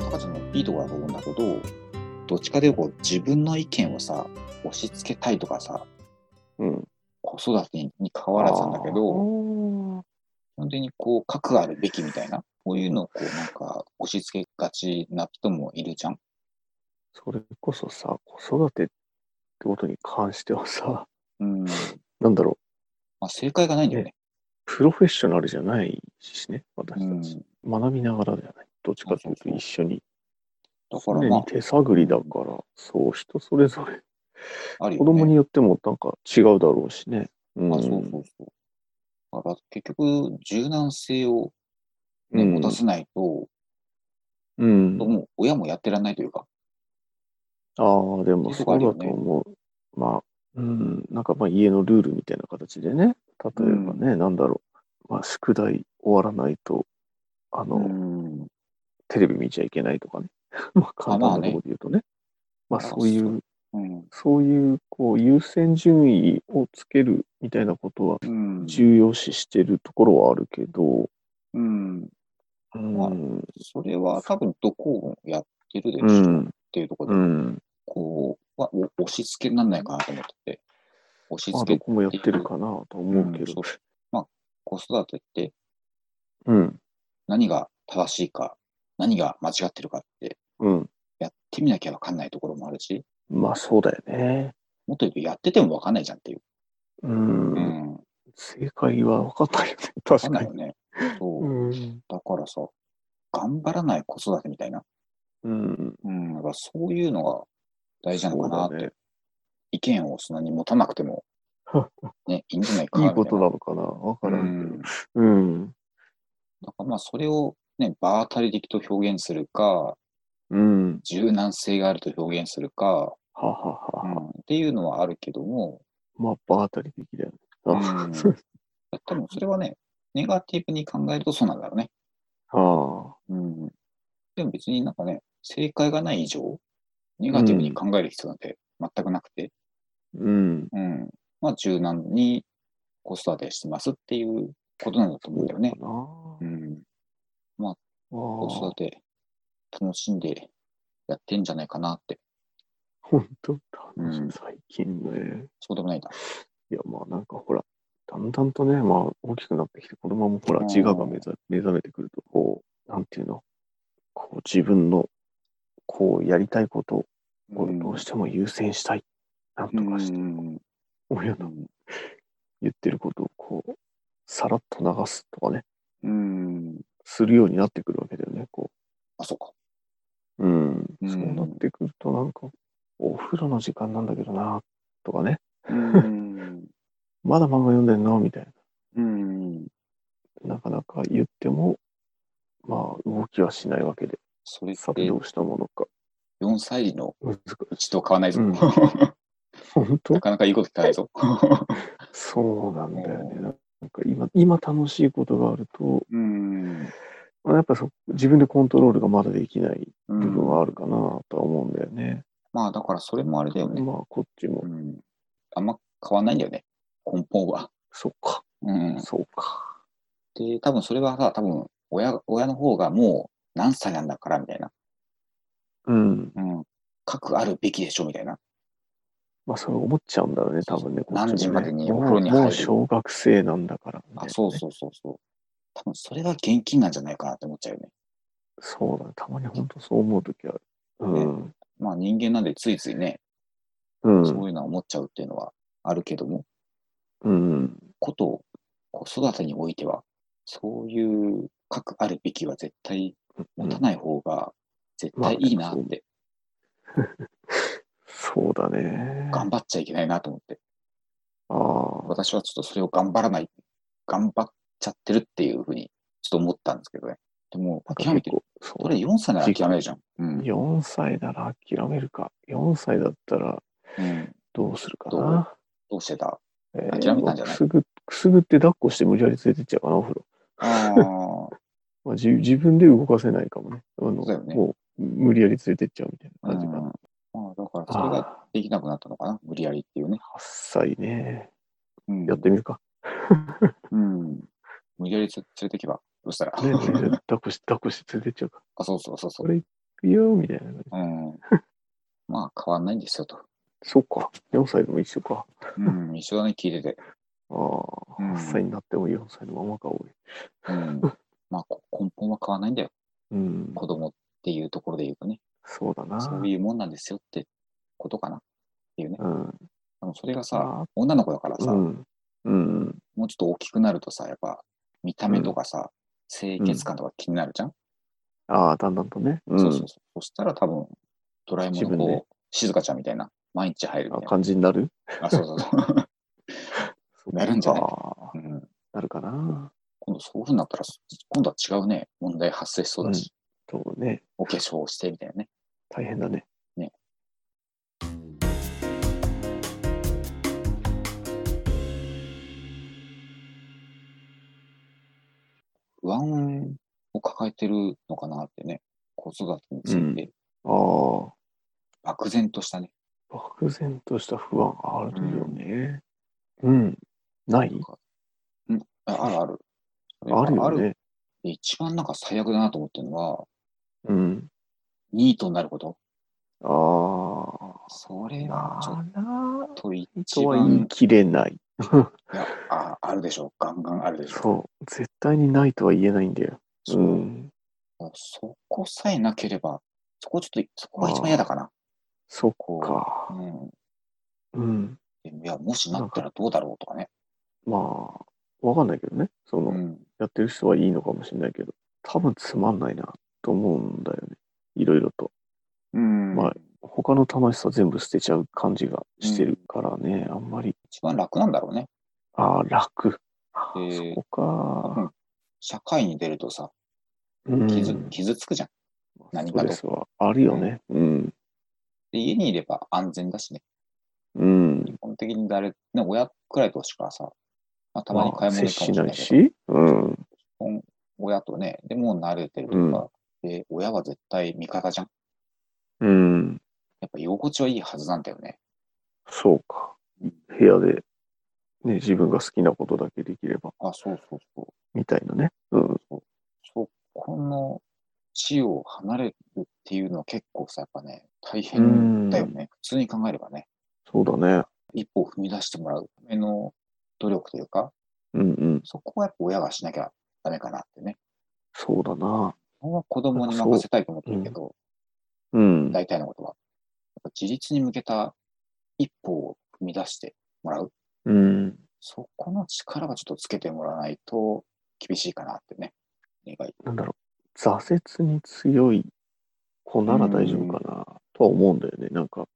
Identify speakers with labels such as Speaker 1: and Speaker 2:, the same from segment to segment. Speaker 1: ところだと思うんだけど、どっちかというとこう自分の意見をさ、押し付けたいとかさ、
Speaker 2: うん。
Speaker 1: 子育てに変わらずなんだけど、
Speaker 2: ど。
Speaker 1: 基本的にこう、核あるべきみたいな、こういうのをこう、なんか押し付けがちな人もいるじゃん。
Speaker 2: それこそさ、子育てってことに関してはさ、
Speaker 1: うん。ま
Speaker 2: なんだろう、
Speaker 1: あ、正解がないんだよね。
Speaker 2: プロフェッショナルじゃないしね、
Speaker 1: う
Speaker 2: 私
Speaker 1: ん。
Speaker 2: た
Speaker 1: だ
Speaker 2: ち。学びながらじゃない。どっちかというと一緒に。
Speaker 1: か
Speaker 2: 常
Speaker 1: らま
Speaker 2: に手探りだから、そう、人それぞれ。
Speaker 1: あ、あるよ
Speaker 2: 子
Speaker 1: ね。
Speaker 2: 供によってもなんか違うだろうしね。うん
Speaker 1: あそうそうそう。だから結局、柔軟性を、ね
Speaker 2: うん
Speaker 1: 持たせないと、
Speaker 2: うん。
Speaker 1: もう親もやってらんないというか、
Speaker 2: ああ、でも
Speaker 1: っていと
Speaker 2: そうう
Speaker 1: こあ
Speaker 2: だ
Speaker 1: る
Speaker 2: と
Speaker 1: よね
Speaker 2: 思う。まあ、うん、なんかまあ家のルールみたいな形でね、例えばね、なんだろう、まあ宿題終わらないと、あの、
Speaker 1: うん、
Speaker 2: テレビ見ちゃいけないとかね、まあ 簡単なところで言うとね、まあ
Speaker 1: だから
Speaker 2: そういう、
Speaker 1: うん、
Speaker 2: そういうこう優先順位をつけるみたいなことは
Speaker 1: うん、
Speaker 2: 重要視してるところはあるけど、
Speaker 1: うん、
Speaker 2: うん、
Speaker 1: それは多分どこもやってるでしょ
Speaker 2: う
Speaker 1: っ
Speaker 2: ん、
Speaker 1: ていうところ
Speaker 2: う
Speaker 1: で、
Speaker 2: ん、
Speaker 1: こう、はお押し付けにならないかなと思ってて、押し
Speaker 2: まあ
Speaker 1: 付
Speaker 2: ど
Speaker 1: け、
Speaker 2: こもやってるかなと思うけ
Speaker 1: うんそ
Speaker 2: ど
Speaker 1: う、まあ、子育てって
Speaker 2: うん、
Speaker 1: 何が正しいか、何が間違ってるかって、
Speaker 2: うん、
Speaker 1: やってみなきゃわかんないところもあるし、
Speaker 2: まあそうだよね。
Speaker 1: もっと言うとやっててもわかんないじゃんっていう。
Speaker 2: うん
Speaker 1: うん、わ
Speaker 2: 正解は分かんないよね。 確
Speaker 1: かんな
Speaker 2: か
Speaker 1: い
Speaker 2: に
Speaker 1: よ。ね。そう。
Speaker 2: うん。
Speaker 1: だからさ、頑張らない子育てみたいな。
Speaker 2: うん。
Speaker 1: うん、だからそういうのが大事なのかな
Speaker 2: そ
Speaker 1: って、
Speaker 2: うだね。
Speaker 1: 意見をそんなに持たなくて も、ね、いいんじゃないか
Speaker 2: い
Speaker 1: ない
Speaker 2: こと
Speaker 1: み
Speaker 2: なのかな分か
Speaker 1: たいな
Speaker 2: ら
Speaker 1: うん
Speaker 2: け
Speaker 1: ん。だ
Speaker 2: ど。うん。
Speaker 1: からまあ、それを、ね、場当たり的と表現するか、
Speaker 2: うん。
Speaker 1: 柔軟性があると表現するか、
Speaker 2: ははは
Speaker 1: う
Speaker 2: は。
Speaker 1: ん、っていうのはあるけども、
Speaker 2: まあ、場当たり的だよね。
Speaker 1: う
Speaker 2: あ
Speaker 1: ん、
Speaker 2: そう
Speaker 1: 多分それはね、ネガティブに考えるとそうなんだろうね。
Speaker 2: ああ。
Speaker 1: うん、でも別になんかね、正解がない以上、ネガティブに考える必要なんて全くなくて、
Speaker 2: うん。
Speaker 1: うん、まあ柔軟に子育てしてますっていうことなんだと思うんだよね
Speaker 2: か。な。
Speaker 1: うん、
Speaker 2: ああ。
Speaker 1: 子育て楽しんでやってんじゃないかなって、
Speaker 2: 本当楽し
Speaker 1: う
Speaker 2: い。
Speaker 1: ん
Speaker 2: 最近ね。
Speaker 1: そうでもないな。
Speaker 2: いや、まあ、なんかほら、だんだんとね、まあ、大きくなってきて、子供もほら、
Speaker 1: うん
Speaker 2: 自我が目覚目覚めてくると、こう、なんていうの、こう、自分の、こう、やりたいことをこうどうしても優先したい。なんとかして、
Speaker 1: うん
Speaker 2: 親の言ってることをこう、さらっと流すとかね、
Speaker 1: うん、
Speaker 2: するようになってくるわけだよね、こ
Speaker 1: あ、そうか。
Speaker 2: う。うん。
Speaker 1: うん
Speaker 2: そうなってくると、なんか、お風呂の時間なんだけどな、とかね、
Speaker 1: うん、
Speaker 2: まだ漫画読んでんのみたい
Speaker 1: うん、
Speaker 2: な。なかなか言っても、まあ、動きはしないわけで、
Speaker 1: それっ
Speaker 2: さて
Speaker 1: て
Speaker 2: どうしたものか。
Speaker 1: 4歳児の
Speaker 2: 難し
Speaker 1: うちと変わら ないぞ。
Speaker 2: うん本当
Speaker 1: なかなかいいこと聞かないぞ。
Speaker 2: そうなんだよね。なんか今、今楽しいことがあると、
Speaker 1: うん、
Speaker 2: まあやっぱそ自分でコントロールがまだできない
Speaker 1: うん
Speaker 2: 部分はあるかなとは思うんだよね。
Speaker 1: まあだからそれもあれだよね。
Speaker 2: まあこっちも
Speaker 1: う、ん、あんま変わんないんだよね、根本は。
Speaker 2: そっか、
Speaker 1: うん、
Speaker 2: そうか。
Speaker 1: で、多分それはさ、多分親親の方がもう何歳なんだからみたいな、
Speaker 2: うん。
Speaker 1: うん、核あるべきでしょみたいな、
Speaker 2: まあそれ思っちゃうんだろうね、多分ね。こっちもね
Speaker 1: 何時までに
Speaker 2: も
Speaker 1: お
Speaker 2: う
Speaker 1: 風呂に入る
Speaker 2: もう小学生なんだから、
Speaker 1: あそう
Speaker 2: う。
Speaker 1: そうそうそう、多分それが現金なんじゃないかなって思っちゃうよね。
Speaker 2: そうだね。たまに本当そう思うときある。うん。
Speaker 1: まあ人間なんでついついね、
Speaker 2: うん。
Speaker 1: そういうのは思っちゃうっていうのはあるけども、
Speaker 2: うん。
Speaker 1: こと子育てにおいては、そういう核あるべきは絶対持たない方が絶対いいなって、
Speaker 2: そうだね。
Speaker 1: 頑張っちゃいけないなと思って、
Speaker 2: ああ。
Speaker 1: 私はちょっとそれを頑張らない、頑張っちゃってるっていうふうにちょっと思ったんですけどね。でも
Speaker 2: なんか
Speaker 1: 諦めて
Speaker 2: 結構そう
Speaker 1: これ4歳なら諦めるじゃん。うん。
Speaker 2: 4歳なら諦めるか。4歳だったら
Speaker 1: うん
Speaker 2: どうするか
Speaker 1: ど
Speaker 2: な
Speaker 1: う。どうして た
Speaker 2: えー
Speaker 1: 諦めたんじゃない
Speaker 2: くすぐくすぐって抱っこして無理やり連れてっちゃうかな、お風呂。
Speaker 1: ああ、
Speaker 2: まあ、じ自分で動かせないかもね。あの
Speaker 1: そうだよね
Speaker 2: もう無理やり連れてっちゃうみたいな
Speaker 1: うん
Speaker 2: 感じかな。
Speaker 1: まあ、だからそれが
Speaker 2: あ
Speaker 1: できなくなったのかな、無理やりっていうね。
Speaker 2: あ、8歳ね。
Speaker 1: うん。
Speaker 2: やってみるか。
Speaker 1: うん、無理やりつ連れてけば、どうしたら。
Speaker 2: ね、無理やり抱っこし、抱っこして連れてっちゃうか。
Speaker 1: あ、そうそうそうそ
Speaker 2: こ
Speaker 1: う。
Speaker 2: れびよ、みたいな。
Speaker 1: うん。まあ、変わんないんですよと。
Speaker 2: そうか。4歳でも一緒か。
Speaker 1: うん、一緒だね、聞いて て。
Speaker 2: ああ、
Speaker 1: うん
Speaker 2: 8歳になっても4歳のままが多い。
Speaker 1: うん。まあ、こ根本は変わんないんだよ。
Speaker 2: うん。
Speaker 1: 子供っていうところで言うとね。
Speaker 2: そうだな。
Speaker 1: そういうもんなんですよってことかな。っていうね。
Speaker 2: うん。
Speaker 1: あのそれがさ、
Speaker 2: さ
Speaker 1: 女の子だから
Speaker 2: あ、
Speaker 1: さ、
Speaker 2: うん。うん。
Speaker 1: もうちょっと大きくなるとさ、やっぱ、見た目とかさ、清潔感とか気になるじゃん、
Speaker 2: ああ、だんだんとね。うん。
Speaker 1: そうそうそう。そしたら多分、ドラえもん
Speaker 2: 自
Speaker 1: の
Speaker 2: 分
Speaker 1: こう、
Speaker 2: で
Speaker 1: 静香ちゃんみたいな、毎日入るみ
Speaker 2: あ
Speaker 1: たい
Speaker 2: 感じになる
Speaker 1: な。あ、そうそうそう。なるんじゃない
Speaker 2: ああ
Speaker 1: うん、
Speaker 2: なるかな。
Speaker 1: 今度そういうふうになったら、今度は違うね、問題発生しそうだし、
Speaker 2: そうね。
Speaker 1: お化粧をしてみたいなね。
Speaker 2: 大変だね。
Speaker 1: ね。不安を抱えてるのかなってね、子育てについて、
Speaker 2: ああ、
Speaker 1: 漠然としたね、
Speaker 2: 漠然とした不安あるよね。うん。ない
Speaker 1: なんかうん、ああるある。
Speaker 2: あるよ
Speaker 1: ある
Speaker 2: ね。
Speaker 1: で一番なんか最悪だなと思ってるのは、
Speaker 2: うん。
Speaker 1: ニートになること。
Speaker 2: ああ。
Speaker 1: それはちょっ
Speaker 2: あら、
Speaker 1: と一
Speaker 2: とは言い
Speaker 1: 番、
Speaker 2: 切れない。
Speaker 1: いやああるでしょ、ガンガンあるでしょ。
Speaker 2: そう。絶対にないとは言えないんだよ。
Speaker 1: そう
Speaker 2: うん。
Speaker 1: そこさえなければ、そこちょっと、そこが一番嫌だかな。
Speaker 2: そっ
Speaker 1: こうう
Speaker 2: か。
Speaker 1: ん
Speaker 2: うん。
Speaker 1: でも、いや、もしなったらどうだろうとかね。
Speaker 2: まあ、わかんないけどね。その、
Speaker 1: うん、
Speaker 2: やってる人はいいのかもしれないけど、多分つまんないなと思うんだよね。いろいろと。
Speaker 1: うん
Speaker 2: まあ他の楽しさ全部捨てちゃう感じがしてるからね、あんまり、
Speaker 1: 一番楽なんだろうね。
Speaker 2: ああ、楽。
Speaker 1: で
Speaker 2: そこか。
Speaker 1: 社会に出るとさ、
Speaker 2: うん、
Speaker 1: 傷傷つくじゃん。何
Speaker 2: ス
Speaker 1: か
Speaker 2: ト
Speaker 1: と
Speaker 2: レスはあるよね。うん。
Speaker 1: で家にいれば安全だしね。
Speaker 2: うん。
Speaker 1: 基本的に誰、ね、親くらいとしかさ、まあ、たまに買い物
Speaker 2: 接
Speaker 1: 行くか
Speaker 2: し
Speaker 1: もしれ
Speaker 2: な
Speaker 1: ない
Speaker 2: い
Speaker 1: けど、
Speaker 2: し、うん。
Speaker 1: 親とね、でもう慣れてるとか、で、親は絶対味方じゃん。
Speaker 2: うん。
Speaker 1: やっぱ居心地はいいはずなんだよね。
Speaker 2: そうか。部屋で、ね、自分が好きなことだけできれば、
Speaker 1: あ、そうそうそう。
Speaker 2: みたいなね。うん。
Speaker 1: そこの地を離れるっていうのは結構さ、やっぱね、大変だよね。普通に考えればね、
Speaker 2: そうだね。
Speaker 1: 一歩を踏み出してもらうための努力というか、
Speaker 2: うんうん。
Speaker 1: そこはやっぱ親がしなきゃダメかなってね。
Speaker 2: そうだな。
Speaker 1: 本は子供に任せたいと思ってるけど、
Speaker 2: うん。
Speaker 1: 大体のことは。やっぱ自立に向けた一歩を踏み出してもらう。
Speaker 2: うん。
Speaker 1: そこの力はちょっとつけてもらわないと厳しいかなってね。願い。
Speaker 2: なんだろう、挫折に強い子なら大丈夫かなとは思うんだよね。なんか、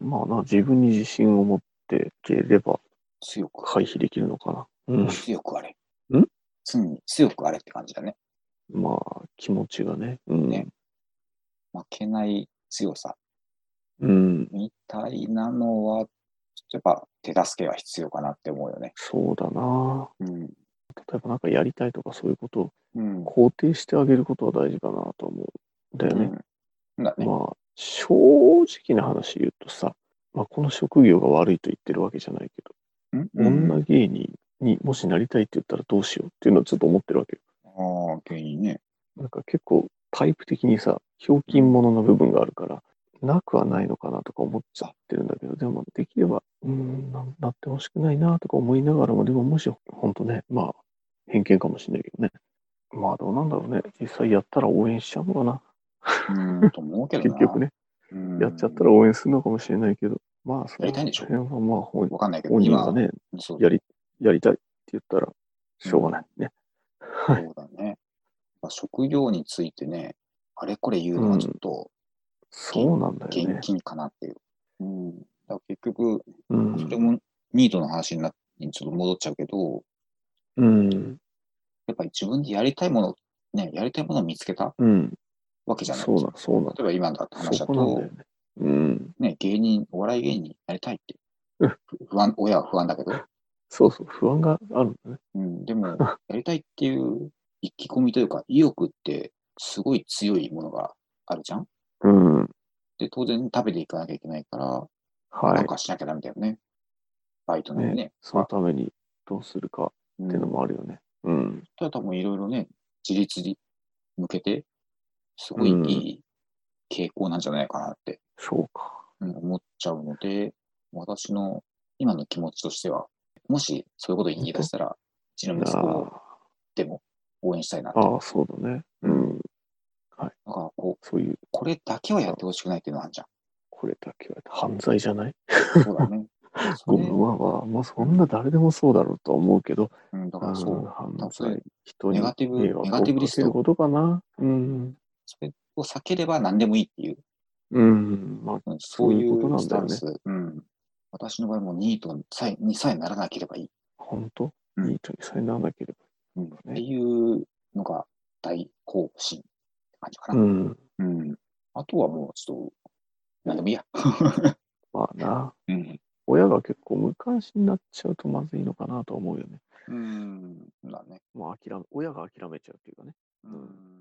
Speaker 2: まあな、自分に自信を持っていければ
Speaker 1: 強く、
Speaker 2: 回避できるのかな。うん。
Speaker 1: 強くあれ。
Speaker 2: ん
Speaker 1: 常に強くあれって感じだね。
Speaker 2: まあ、気持ちがね。うん。
Speaker 1: ね負けない強さ
Speaker 2: うん。
Speaker 1: みたいなのは、ちょっとやっぱ手助けが必要かなって思うよね。
Speaker 2: そうだな。
Speaker 1: うん。
Speaker 2: 例えばなんかやりたいとかそういうことを
Speaker 1: うん。
Speaker 2: 肯定してあげることは大事かなと思うんだよね。
Speaker 1: うん、だね。
Speaker 2: まあ、正直な話言うとさ、まあ、この職業が悪いと言ってるわけじゃないけど、
Speaker 1: うん
Speaker 2: 女芸人にもしなりたいって言ったらどうしようっていうのをちょっと思ってるわけよ。
Speaker 1: ああ、芸人ね。
Speaker 2: なんか結構タイプ的にさ、ひょうきんものの部分があるから、なくはないのかなとか思っちゃってるんだけど、でもできれば、うーん、ななってほしくないなとか思いながらも、でももし本当ね、まあ、偏見かもしれないけどね。まあどうなんだろうね。実際やったら応援しちゃうのかな。
Speaker 1: うん、と思うけどな。
Speaker 2: 結局ね、
Speaker 1: うん
Speaker 2: やっちゃったら応援するのかもしれないけど、まあそ
Speaker 1: やりたいんでしょ
Speaker 2: の辺はまあ本
Speaker 1: わかんないけど、
Speaker 2: 本人
Speaker 1: 今
Speaker 2: が、ね、
Speaker 1: そう
Speaker 2: やり、やりたいって言ったら、しょうがないね。
Speaker 1: そうだね。まあ職業についてね、あれこれ言うのはちょっと
Speaker 2: そうなんだよ
Speaker 1: 厳
Speaker 2: ね。
Speaker 1: 禁かなっていう。うん。だから結局、
Speaker 2: う
Speaker 1: それ
Speaker 2: ん。
Speaker 1: もニートの話になにちょっと戻っちゃうけど、
Speaker 2: うん。
Speaker 1: やっぱり自分でやりたいもの、ね、やりたいものを見つけた
Speaker 2: うん。
Speaker 1: わけじゃない
Speaker 2: そうだ、そうな
Speaker 1: 例
Speaker 2: ん
Speaker 1: えば今だって話
Speaker 2: そ
Speaker 1: だ
Speaker 2: こなん
Speaker 1: と
Speaker 2: だ、よね。うん。
Speaker 1: ね、芸人、お笑い芸人になりたいって
Speaker 2: うん。
Speaker 1: 不安、親は不安だけど、
Speaker 2: そうそう、不安があるんだね。
Speaker 1: うん、で も、やりたいっていう意気込みというか、意欲ってすごい強いものがあるじゃん
Speaker 2: うん。は
Speaker 1: で、当然食べていかなきゃいけないから、なん
Speaker 2: い。
Speaker 1: かしなきゃダメだよね。バイトなりね
Speaker 2: ね。、そのためにどうするか
Speaker 1: う
Speaker 2: っ
Speaker 1: ん
Speaker 2: ていうのもあるよね。うん。
Speaker 1: ただ多分いろいろね、自立に向けて、すごいいい傾向なんじゃないかなって
Speaker 2: そうか。
Speaker 1: うん思っちゃうので、私の今の気持ちとしては、もしそういうこと言い出したら、うちの息子をでも応援したいな
Speaker 2: あ
Speaker 1: と。
Speaker 2: ああ、そうだね。うん。
Speaker 1: だからこう、
Speaker 2: そういう、
Speaker 1: これだけはやってほしくないっていうのはあるじ
Speaker 2: これだけは犯罪じゃない
Speaker 1: ゃん。そうだね。そ
Speaker 2: ご
Speaker 1: れ
Speaker 2: めん、まあまあ、まあ、そんな誰でもそうだろうとは思うけど、
Speaker 1: うん、だからそ
Speaker 2: うん
Speaker 1: う、多
Speaker 2: 犯
Speaker 1: 分そ
Speaker 2: 罪
Speaker 1: れ、
Speaker 2: 人に
Speaker 1: ネガティブ
Speaker 2: 迷惑を
Speaker 1: ネ
Speaker 2: か
Speaker 1: ガティブリス
Speaker 2: け
Speaker 1: ト
Speaker 2: ることかな。うん。
Speaker 1: それを避ければ何でもいいっていう、
Speaker 2: うん。まあ、
Speaker 1: うんそうい
Speaker 2: そういうこと
Speaker 1: う
Speaker 2: なん
Speaker 1: ス
Speaker 2: だ
Speaker 1: タ
Speaker 2: よ
Speaker 1: ン
Speaker 2: ね
Speaker 1: ス。うん私の場合もニートさえにさえならなければいい。
Speaker 2: 本当
Speaker 1: うん
Speaker 2: ニートにさえならなけれ
Speaker 1: うんっていうのが大方針って感じか
Speaker 2: ば。
Speaker 1: な。
Speaker 2: うん。
Speaker 1: うん。あとはもうちょっと、何でもいいや。
Speaker 2: まあな。
Speaker 1: うん。
Speaker 2: 親が結構無関心になっちゃうとまずいのかなとは思うよね。
Speaker 1: うん。だね。
Speaker 2: もう諦め、親が諦めちゃうっていうかね。
Speaker 1: うん